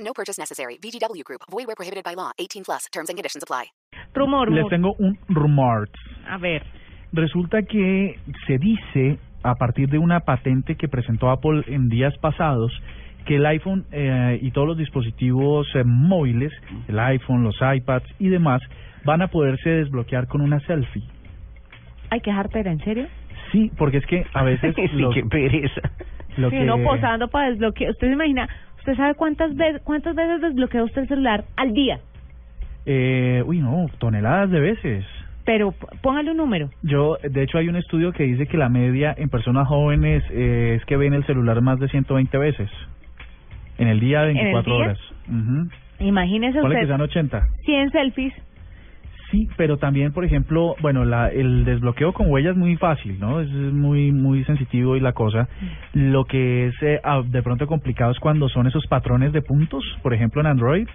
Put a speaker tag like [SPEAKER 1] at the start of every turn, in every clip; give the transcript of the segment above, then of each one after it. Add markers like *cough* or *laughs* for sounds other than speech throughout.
[SPEAKER 1] No purchase necessary. VGW Group. Void where prohibited by law. 18 plus. Terms and conditions apply.
[SPEAKER 2] Rumor.
[SPEAKER 3] Les
[SPEAKER 2] mur-
[SPEAKER 3] tengo un rumor.
[SPEAKER 2] A ver.
[SPEAKER 3] Resulta que se dice, a partir de una patente que presentó Apple en días pasados, que el iPhone eh, y todos los dispositivos eh, móviles, el iPhone, los iPads y demás, van a poderse desbloquear con una selfie.
[SPEAKER 2] Hay que jartera, ¿en serio?
[SPEAKER 3] Sí, porque es que a veces los, lo
[SPEAKER 2] sí,
[SPEAKER 3] que-
[SPEAKER 2] uno posando para desbloquear. Usted se imagina, ¿usted sabe cuántas veces, cuántas veces desbloquea usted el celular al día?
[SPEAKER 3] eh, uy, no, toneladas de veces.
[SPEAKER 2] Pero p- póngale un número.
[SPEAKER 3] Yo, de hecho, hay un estudio que dice que la media en personas jóvenes eh, es que ven el celular más de 120 veces en el día,
[SPEAKER 2] el
[SPEAKER 3] 24
[SPEAKER 2] día?
[SPEAKER 3] horas. Ujú.
[SPEAKER 2] Imagínese
[SPEAKER 3] Ponle que
[SPEAKER 2] usted
[SPEAKER 3] sean 80.
[SPEAKER 2] 100 selfies.
[SPEAKER 3] Sí, pero también, por ejemplo, bueno, la, el desbloqueo con huella es muy fácil, ¿no? Es muy muy sensitivo y la cosa. Lo que es eh, ah, de pronto complicado es cuando son esos patrones de puntos, por ejemplo, en Android,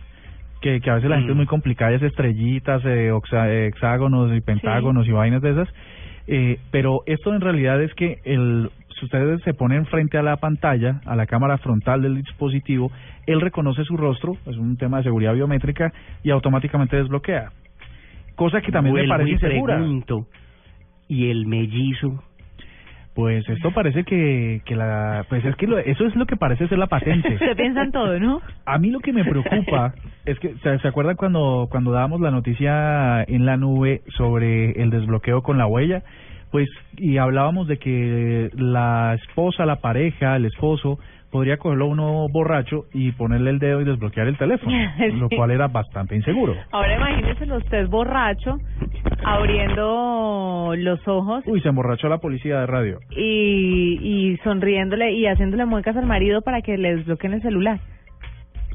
[SPEAKER 3] que, que a veces la
[SPEAKER 2] Mm.
[SPEAKER 3] gente es muy complicada, esas estrellitas, eh, oxa- eh, hexágonos y pentágonos y vainas de esas. Eh, pero esto en realidad es que el, si ustedes se ponen frente a la pantalla, a la cámara frontal del dispositivo, él reconoce su rostro, es un tema de seguridad biométrica, y automáticamente desbloquea. Cosa que también me
[SPEAKER 4] Vuelvo
[SPEAKER 3] parece
[SPEAKER 4] y
[SPEAKER 3] insegura.
[SPEAKER 4] pregunto, y el mellizo
[SPEAKER 3] Pues esto parece que, que la... Pues es que lo- eso es lo que parece ser la
[SPEAKER 4] *laughs*
[SPEAKER 3] patente.
[SPEAKER 2] Usted piensa en todo, ¿no?
[SPEAKER 3] A mí lo que me
[SPEAKER 2] *laughs*
[SPEAKER 3] preocupa es que, ¿se, se acuerdan cuando, cuando dábamos la noticia en la nube sobre el desbloqueo con la huella? Pues, y hablábamos de que la esposa, la pareja, el esposo, podría cogerlo a uno borracho y ponerle el dedo y desbloquear el teléfono,
[SPEAKER 2] *laughs* Sí.
[SPEAKER 3] lo cual era bastante inseguro.
[SPEAKER 2] Ahora imagínese usted borracho, abriendo los ojos
[SPEAKER 3] Uy, se emborrachó la policía de radio.
[SPEAKER 2] y, y sonriéndole y haciéndole muecas al marido para que le desbloqueen el celular.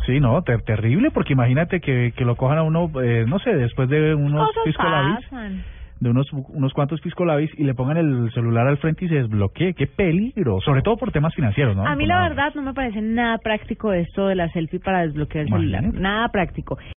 [SPEAKER 3] Sí, no, ter- terrible, porque imagínate que, que lo cojan a uno, eh, no sé, después de unos
[SPEAKER 2] Cosas
[SPEAKER 3] piscolabis,
[SPEAKER 2] pasan.
[SPEAKER 3] de unos unos cuantos piscolabis y le pongan el celular al frente y se desbloquee. ¡Qué peligro! Sobre todo por temas financieros, ¿no?
[SPEAKER 2] A mí
[SPEAKER 3] Por
[SPEAKER 2] la
[SPEAKER 3] nada.
[SPEAKER 2] verdad no me parece nada práctico esto de la selfie para desbloquear el celular.
[SPEAKER 3] Imagínate.
[SPEAKER 2] Nada práctico.